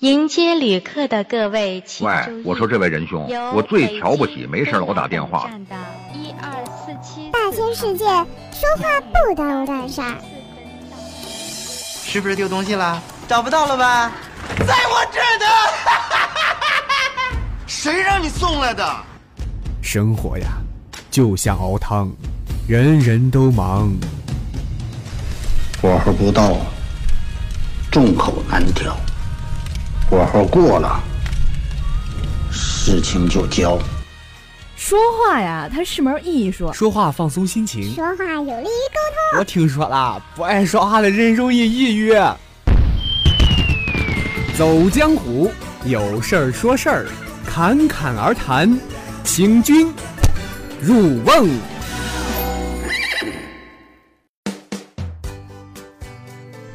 迎接旅客的各位，请喂注，意我说这位仁兄，我最瞧不起没事老打电话。一二四七，大千世界，说话不耽误干啥。是不是丢东西了？找不到了吧？在我这儿呢！ 谁让你送来的？生活呀，就像熬汤，人人都忙。火候不到，众口难调；火候过了，事情就焦。说话呀，它是门艺术。说话放松心情。说话有利于沟通。我听说了，不爱说话的人容易抑郁。走江湖，有事儿说事儿，侃侃而谈，请君入瓮。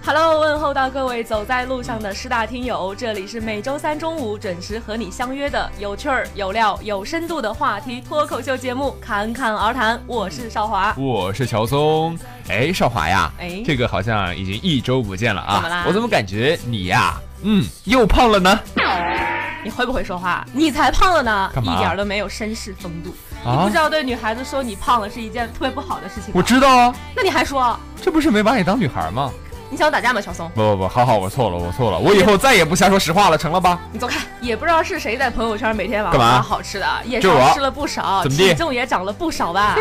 Hello，问候到各位走在路上的师大听友，这里是每周三中午准时和你相约的有趣儿、有料、有深度的话题脱口秀节目《侃侃而谈》，我是少华。我是乔松。哎，少华呀，哎啊这个好像已经一周不见了啊，怎么啦我怎么感觉你呀、嗯，又胖了呢？你会不会说话？你才胖了呢，干嘛一点都没有绅士风度。啊你不知道对女孩子说你胖了是一件特别不好的事情吗？我知道啊，那你还说这不是没把你当女孩吗？你想打架吗，小松？不不不，好好，我错了，我错了，我以后再也不瞎说实话了，成了吧？你走开！也不知道是谁在朋友圈每天晚上干嘛发好吃的，啊，夜就宵我吃了不少，怎么地体重也长了不少吧？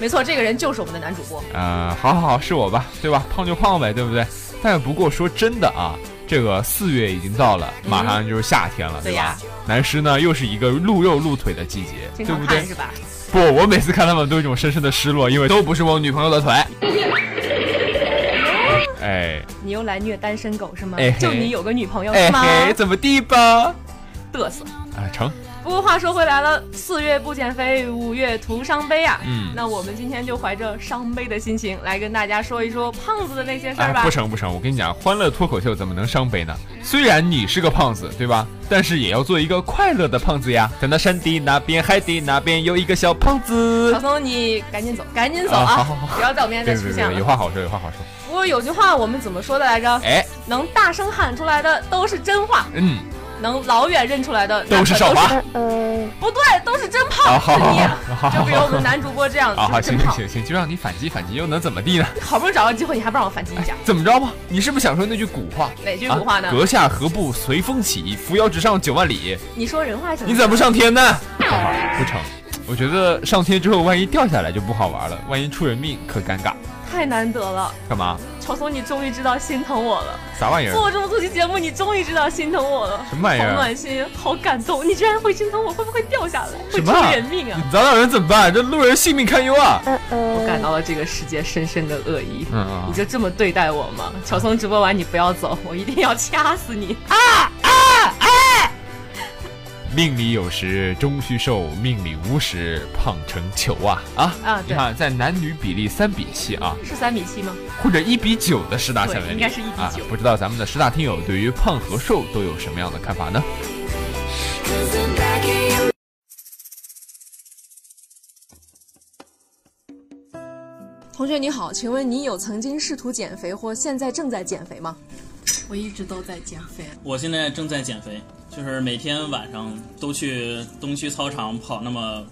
没错，这个人就是我们的男主播。呃，好好好，是我吧，对吧？胖就胖呗，对不对？但不过说真的啊，这个四月已经到了，马上就是夏天了，对嗯对呀吧？男师呢，又是一个露肉露腿的季节，经对常不对看？是吧？不，我每次看他们都有一种深深的失落，因为都不是我女朋友 的腿。哎你又来虐单身狗是吗哎？嘿就你有个女朋友哎是吗？嘿，怎么地吧？嘚瑟。哎，成，不过话说回来了，四月不减肥，五月徒伤悲啊。嗯那我们今天就怀着伤悲的心情来跟大家说一说胖子的那些事哎儿吧。，不成不成，我跟你讲，欢乐脱口秀怎么能伤悲呢？虽然你是个胖子，对吧？但是也要做一个快乐的胖子呀。在那山的那边，海的那边，有一个小胖子小。松，你赶紧走，赶紧走啊啊！好好好不要在我面前再别别出别现别，有了。话好说，有话好说。啊不过有句话我们怎么说的来着？哎，能大声喊出来的都是真话，嗯，能老远认出来的那都是少可华。呃，不对，都是真胖啊好是好你啊好好就比如我们男主播这样子，啊，好，就是真行行胖。行行，就让你反击反击，又能怎么地呢？哎好不容易找到机会，你还不让我反击一下？怎么着吧？你是不是想说那句古话？哪句古话呢啊？阁下何不随风起，扶摇直上九万里。你说人话行你怎么？上天呢？不成，我觉得上天之后，万一掉下来就不好玩了，万一出人命可尴尬。太难得了，干嘛？乔松，你终于知道心疼我了。啥玩意儿？做这么多期节目，你终于知道心疼我了。什么玩意好儿？暖心，好感动！你居然会心疼我，会不会掉下来？会什出么人命啊！你砸到人怎么办？这路人性命堪忧啊！呃我感呃，到了这个世界深深的恶意。嗯你嗯，就这么对待我吗？乔松直播完你不要走，我一定要掐死你！命里有时终须受，命里无时胖成球啊啊！ 啊，你对，看，在男女比例三比七啊，是三米七吗？或者一比九的十大对校园里，应该是1:9啊。不知道咱们的十大听友对于胖和瘦都有什么样的看法呢？同学你好，请问你有曾经试图减肥或现在正在减肥吗？我一直都在减肥。啊我现在正在减肥，就是每天晚上都去东区操场跑那么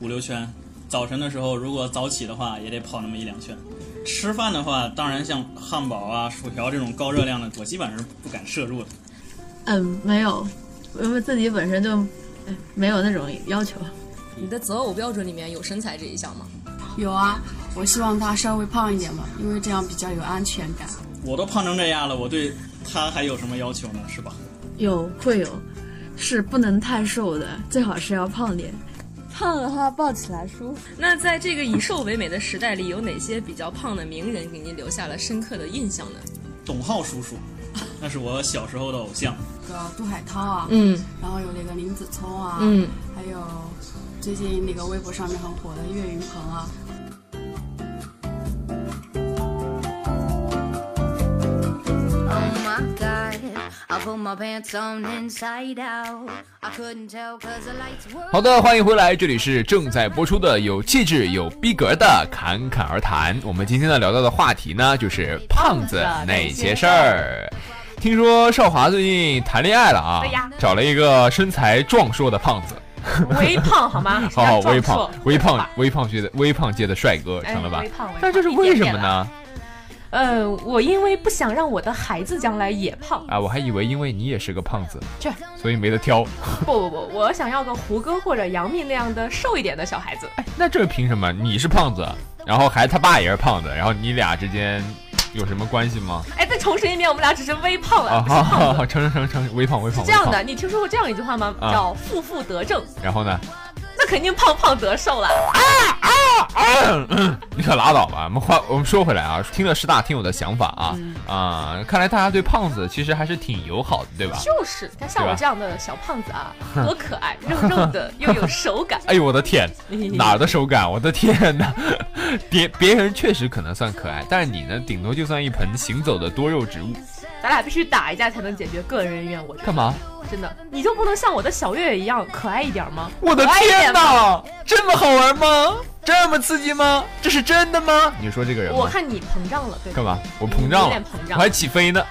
五六圈。早晨的时候，如果早起的话，也得跑那么一两圈。吃饭的话，当然像汉堡啊、薯条这种高热量的，我基本上是不敢摄入的。嗯，没有，因为自己本身就没有那种要求。你的择偶标准里面有身材这一项吗？有啊，我希望他稍微胖一点嘛，因为这样比较有安全感。我都胖成这样了，我对他还有什么要求呢？是吧？有会有，是不能太瘦的，最好是要胖点。胖的话抱起来舒服。那在这个以瘦为美的时代里，有哪些比较胖的名人给您留下了深刻的印象呢？董浩叔叔，那是我小时候的偶像。个杜海涛啊，嗯然后有那个林子聪啊，嗯，还有最近那个微博上面很火的岳云鹏啊。好的，欢迎回来，这里是正在播出的有气质、有逼格的侃侃而谈。我们今天呢聊到的话题呢，就是胖子那些事儿。听说少华最近谈恋爱了啊对呀，找了一个身材壮硕的胖子， 微胖好 吗？好好哦微人家壮胖硕，微胖，微胖界的微胖界的帅哥，成了吧哎、微？胖微胖但这是一为点什点么了？呢？呃，我因为不想让我的孩子将来也胖，啊，我还以为因为你也是个胖子，这所以没得挑。不不不，我想要个胡歌或者杨幂那样的瘦一点的小孩子。那这凭什么？你是胖子，然后还他爸也是胖子，然后你俩之间有什么关系吗？哎，再重申一遍，我们俩只是微胖了，啊，呃不是 好胖好子。好，成成成成，微胖微是胖。这样微的，胖。你听说过这样一句话吗？啊叫“负负得正然后呢？”，啊那肯定胖胖得瘦了。嗯你可拉倒吧！我们话我们说回来啊，听了师大听友的想法啊嗯啊、看来大家对胖子其实还是挺友好的，对吧？就是，你看像对我吧这样的小胖子 啊，多可爱，肉肉的，又有手感。哎呦我 的天，哪儿的手感？我的天哪！ 别别人确实可能算可爱，但是你呢，顶多就算一盆行走的多肉植物。咱俩必须打一架才能解决个人恩怨，我觉得干嘛？真的，你就不能像我的小月月一样可爱一点吗？我的可爱一点天吗！哪，这么好玩吗？这么刺激吗？这是真的吗？你说这个人吗？我看你膨胀了，对吧干嘛？我膨胀有了点，膨胀我还起飞呢！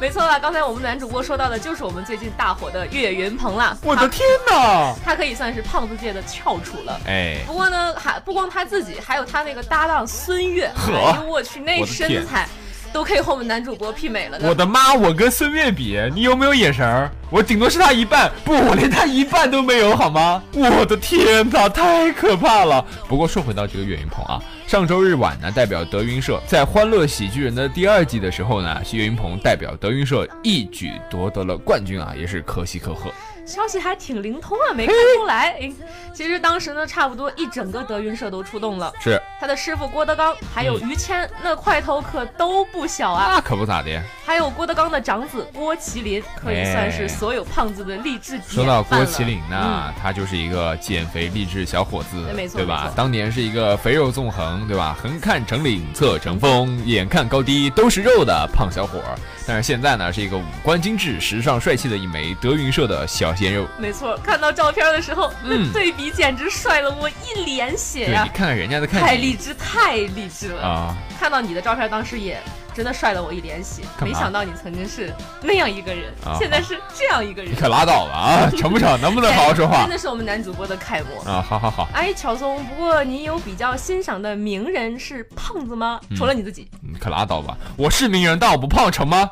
没错啊啦，刚才我们男主播说到的就是我们最近大火的岳云鹏啦。我的他天哪！他可以算是胖子界的翘楚了。啊哎，不过呢，还不光他自己，还有他那个搭档孙悦，呵哎呦我去，那我的天身材都可以和我们男主播媲美了呢。我的妈！我跟孙悦比，你有没有眼神儿？我顶多是他一半，不，我连他一半都没有，好吗？我的天哪，太可怕了！不过说回到这个岳云鹏啊，上周日晚呢，代表德云社在《欢乐喜剧人》的第二季的时候呢，岳云鹏代表德云社一举夺得了冠军啊，也是可喜可贺。消息还挺灵通啊，没看出来。哎，其实当时呢，差不多一整个德云社都出动了。是，他的师傅郭德纲，还有嗯于谦，那块头可都不小啊。那可不咋的。还有郭德纲的长子郭麒麟，可以算是所有胖子的励志典范哎说到郭了麒麟呢，他就是一个减肥励志小伙子对，没错对没吧错？当年是一个肥肉纵横，对吧？横看成岭侧成峰，眼看高低都是肉的胖小伙儿。但是现在呢，是一个五官精致、时尚帅气的一枚德云社的小鲜肉。嗯没错，看到照片的时候，嗯那对比简直帅了我一脸血对哎呀、你看看人家在看太你励志，太励志了！啊，看到你的照片，当时也真的帅了我一脸血。干没嘛想到你曾经是那样一个人，啊现在是这样一个人。你可拉倒吧啊，成不成？能不能好好说话真的是我们男主播的楷模。啊？好好好，哎，乔松，不过你有比较欣赏的名人是胖子吗？嗯除了你自己，你可拉倒吧。我是名人，但我不胖，成吗？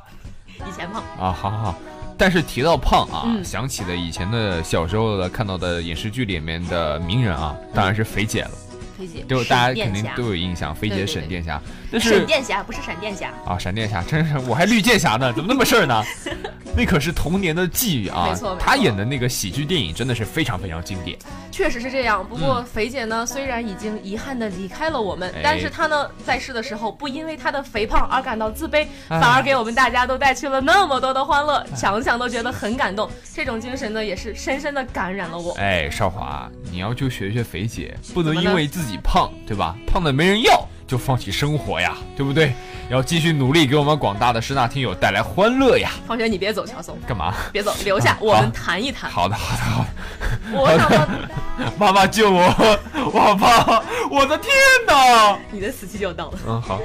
以前胖。啊，好好好。但是提到胖啊，嗯想起了以前的小时候的看到的影视剧里面的名人啊，嗯当然是肥姐了，推荐就大家肯闪定电侠都有印象，肥姐对对哎沈对殿霞，但闪是电侠不是闪电侠，啊，闪电侠真是我还绿箭侠 呢，怎么那么事儿呢？那可是童年的记忆啊没错没，错她演的那个喜剧电影真的是非常非常经典，确实是这样。不过肥姐呢，虽然已经遗憾的离开了我们嗯哎，但是她呢，在世的时候不因为她的肥胖而感到自卑，哎反而给我们大家都带去了那么多的欢乐，想想都觉得很感动。这种精神呢，也是深深的感染了我。哎，少华，你要就学学肥姐，不怎能么因呢为自己胖，对吧？胖的没人要，就放弃生活呀，对不对？要继续努力，给我们广大的师大听友带来欢乐呀！同学，你别走，乔松，干嘛？别走，留下，我们谈一谈。哎好的，好的，好的。我想到 妈妈救我！我好怕！我的天哪！你的死期就到了。嗯，好。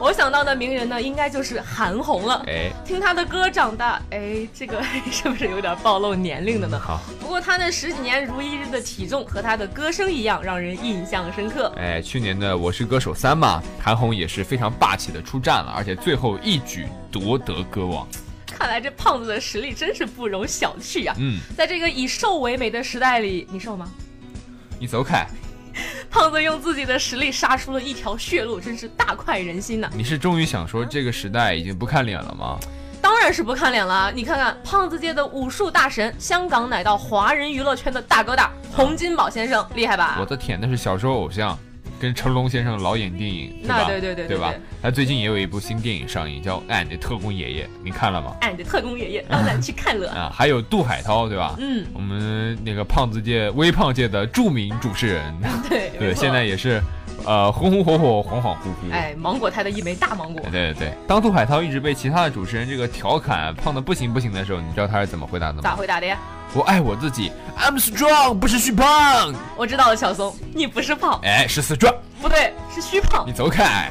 我想到的名人呢，应该就是韩红了。哎，听她的歌长大，哎，这个 是不是有点暴露年龄的呢？好。不过她那十几年如一日的体重和她的歌声一样，让人印象深刻。哎，去年的《我是歌手三》嘛，韩红也是非常霸气的出战了，而且最后一举夺得歌王。看来这胖子的实力真是不容小觑呀、嗯，在这个以瘦为美的时代里，你瘦吗？你走开！胖子用自己的实力杀出了一条血路，真是大快人心呐、你是终于想说这个时代已经不看脸了吗？当然是不看脸了啊，你看看胖子界的武术大神，香港乃到华人娱乐圈的大哥大洪金宝先生，厉害吧？我的天，那是小时候偶像，跟成龙先生老演电影，对那吧？对对对对对吧对？他最近也有一部新电影上映，叫《俺的特工爷爷》，你看了吗？俺哎的特工爷爷，当然去看 了。啊，还有杜海涛，对吧？嗯，我们那个胖子界、微胖界的著名主持 人，对没对，错现在也是，呃，红红火火，恍恍惚惚。哎，芒果台的一枚大芒果对，对对，当杜海涛一直被其他的主持人这个调侃胖的不行不行的时候，你知道他是怎么回答的咋吗？回答的呀？我爱我自己，I'm strong，不是虚胖，我知道了，小松，你不是胖，哎，是 strong，不对，是虚胖 你。走开。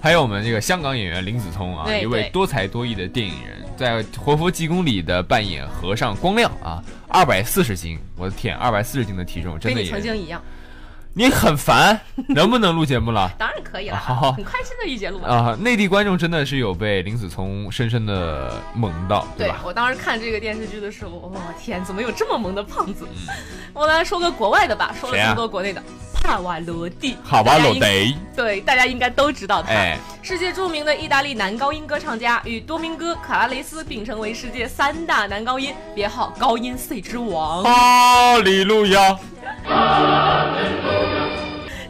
还有我们这个香港演员林子聪啊，对一位对多才多艺的电影人，在活佛济公里的扮演和尚光亮啊，二百四十斤，我的天，二百四十斤的体重，跟真的你也曾经一样，你很烦，能不能录节目了？当然可以了，好很快现在一节录完。啊、内地观众真的是有被林子聪深深的萌到，对对吧？我当时看这个电视剧的时候，我、天，怎么有这么萌的胖子？我来说个国外的吧，说了嗯谁啊这么多国内的，帕瓦罗蒂，好吧，大家老应该贼，对，大家应该都知道他。哎，世界著名的意大利男高音歌唱家，与多明戈·卡拉雷斯并称为世界三大男高音，别号高音 C 之王。哈利路亚。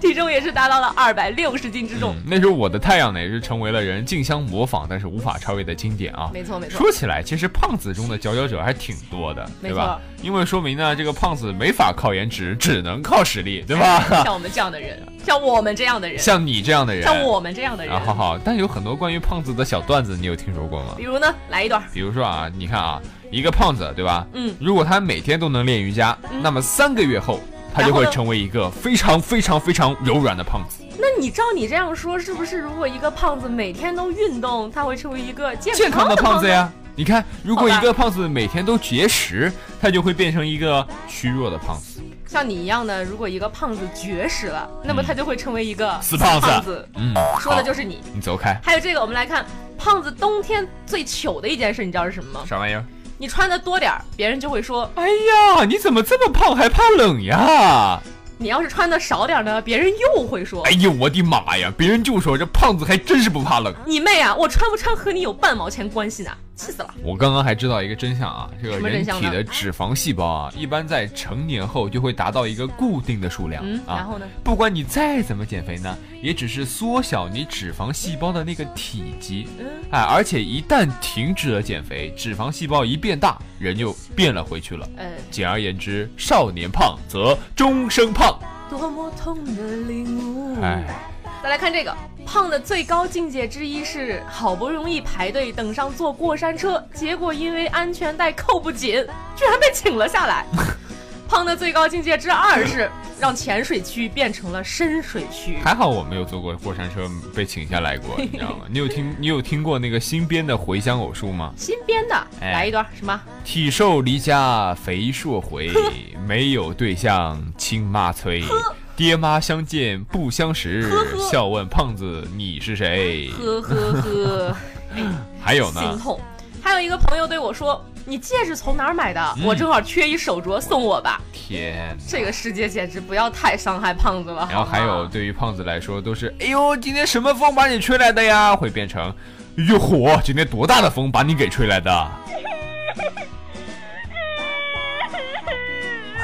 体重也是达到了二百六十斤之重。嗯那时候我的太阳呢，也是成为了人竞相模仿但是无法超越的经典啊。没错没错说起来，其实胖子中的佼佼者还挺多的，没对吧？因为说明呢，这个胖子没法靠颜值，只能靠实力，对像吧？我们这样的人，像我们这样的人，像你这样的人，像我们这样的人啊，，好好。但有很多关于胖子的小段子，你有听说过吗比？如呢，来一段，比如说啊，你看啊，一个胖子，对吧？嗯如果他每天都能练瑜伽，那么三个月后，他就然后会呢成为一个非常非常非常柔软的胖子，那你照你这样说，是不是如果一个胖子每天都运动，他会成为一个健健康的的胖子子呀？。你看，如果好一吧个胖子每天都节食，他就会变成一个虚弱的胖子。像你一样的，如果一个胖子绝食了，那么他就会成为一个嗯死胖子子嗯，说的就是是你。你走开，还有这个，我们来看胖子冬天最糗的一件事，你知道是什么吗？啥玩意儿？你穿的多点儿，别人就会说；哎呀，你怎么这么胖还怕冷呀？你要是穿的少点儿呢，别人又会说。哎呦，我的妈呀！别人就说这胖子还真是不怕冷。你妹啊！我穿不穿和你有半毛钱关系呢？气死了！我刚刚还知道一个真相啊，这个什么人真相体呢哎的脂肪细胞啊，一般在成年后就会达到一个固定的数量、嗯，啊。然后呢？不管你再怎么减肥呢，也只是缩小你脂肪细胞的那个体积。嗯，哎，而且一旦停止了减肥，脂肪细胞一变大，人就变了回去了。呃，简而言之，少年胖则终生胖。多么痛的领悟！哎，再来看这个，胖的最高境界之一是好不容易排队等上坐过山车，结果因为安全带扣不紧，居然被请了下 来。胖的最高境界之二是 让浅水区变成了深水区。还好我没有坐过过山车被请下来过，你知道吗？你有听你有听过那个新编的《回乡偶书》吗？新编的，哎来一段什 么？体瘦离家肥硕回， 没有对象亲妈催，爹妈相见不相识，笑问胖子你是谁？呵呵呵，还有心呢，痛。还有一个朋友对我说：“你戒指从哪儿买的？嗯我正好缺一手镯，送我吧。”天。这个世界简直不要太伤害胖子了。然后好吗还有，对于胖子来说，都是哎呦，今天什么风把你吹来的呀？会变成，哟嚯，今天多大的风把你给吹来的？哎，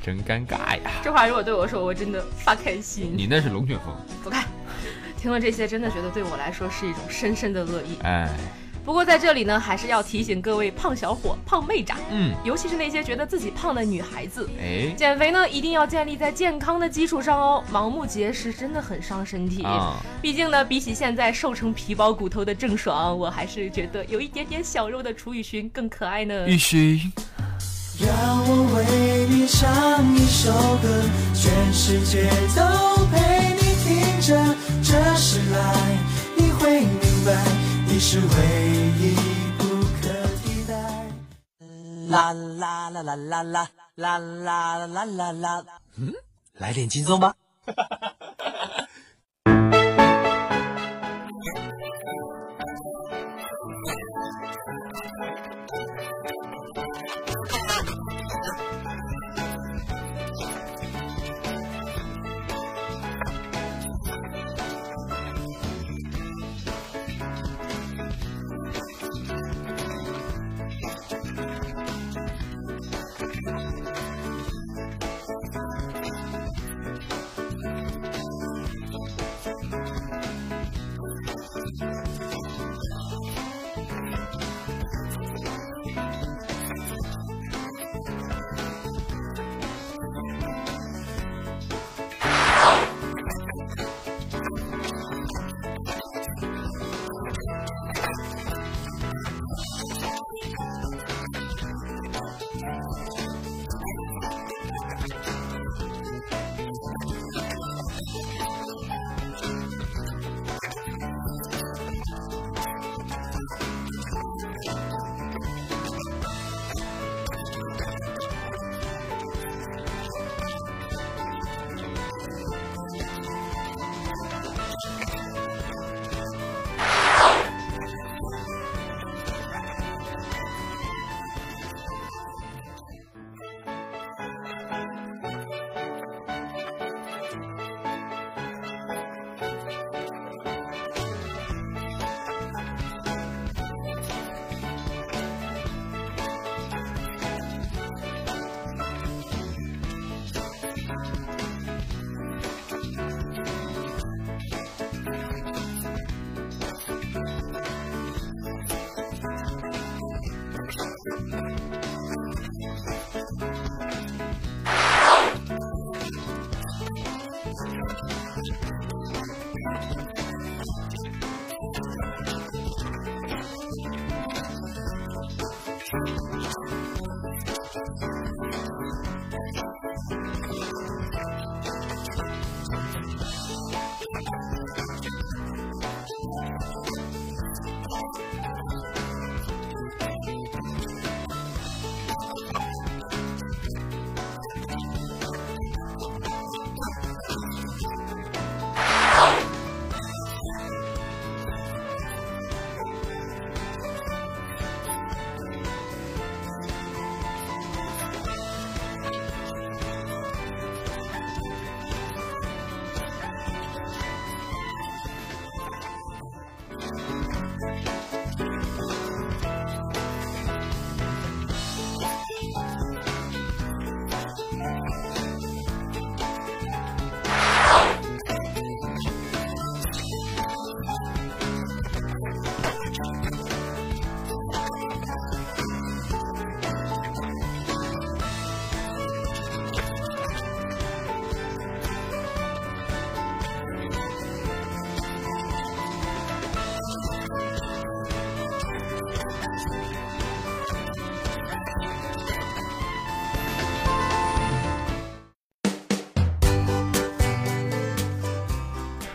真尴尬呀！这话如果对我说，我真的发开心。你那是龙卷风，走开。 听了这些，真的觉得对我来说是一种深深的恶意。哎，不过在这里呢，还是要提醒各位胖小伙、胖妹仔，嗯，尤其是那些觉得自己胖的女孩子，哎，减肥呢一定要建立在健康的基础上哦。盲目节食真的很伤身体。啊，毕竟呢，比起现在瘦成皮包骨头的郑爽，我还是觉得有一点点小肉的楚雨荨更可爱呢。玉鑫。让我为你唱一首歌，全世界都陪你听着。这时来，你会明白，你是唯一不可替代。啦啦啦啦啦啦啦啦啦啦啦。嗯，来点轻松吧。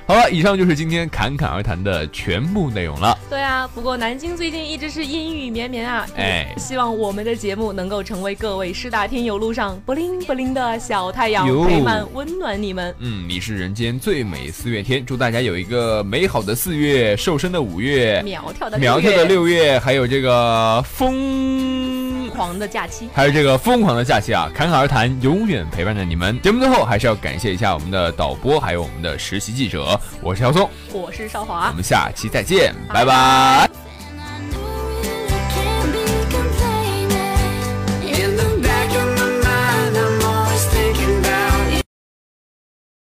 好了，以上就是今天侃侃而谈的全部内容了。对啊，不过南京最近一直是阴雨绵绵啊，哎希望我们的节目能够成为各位师大听友路上不灵不灵的小太阳哟，陪伴温暖你们。嗯，你是人间最美四月天，祝大家有一个美好的四月，瘦身的五月，苗条的苗条的六月，还有这个疯，疯狂的假期，还有这个疯狂的假期啊！侃侃而谈，永远陪伴着你们。节目最后还是要感谢一下我们的导播，还有我们的实习记者，我是姚松，我是少我华。们下期再见，拜拜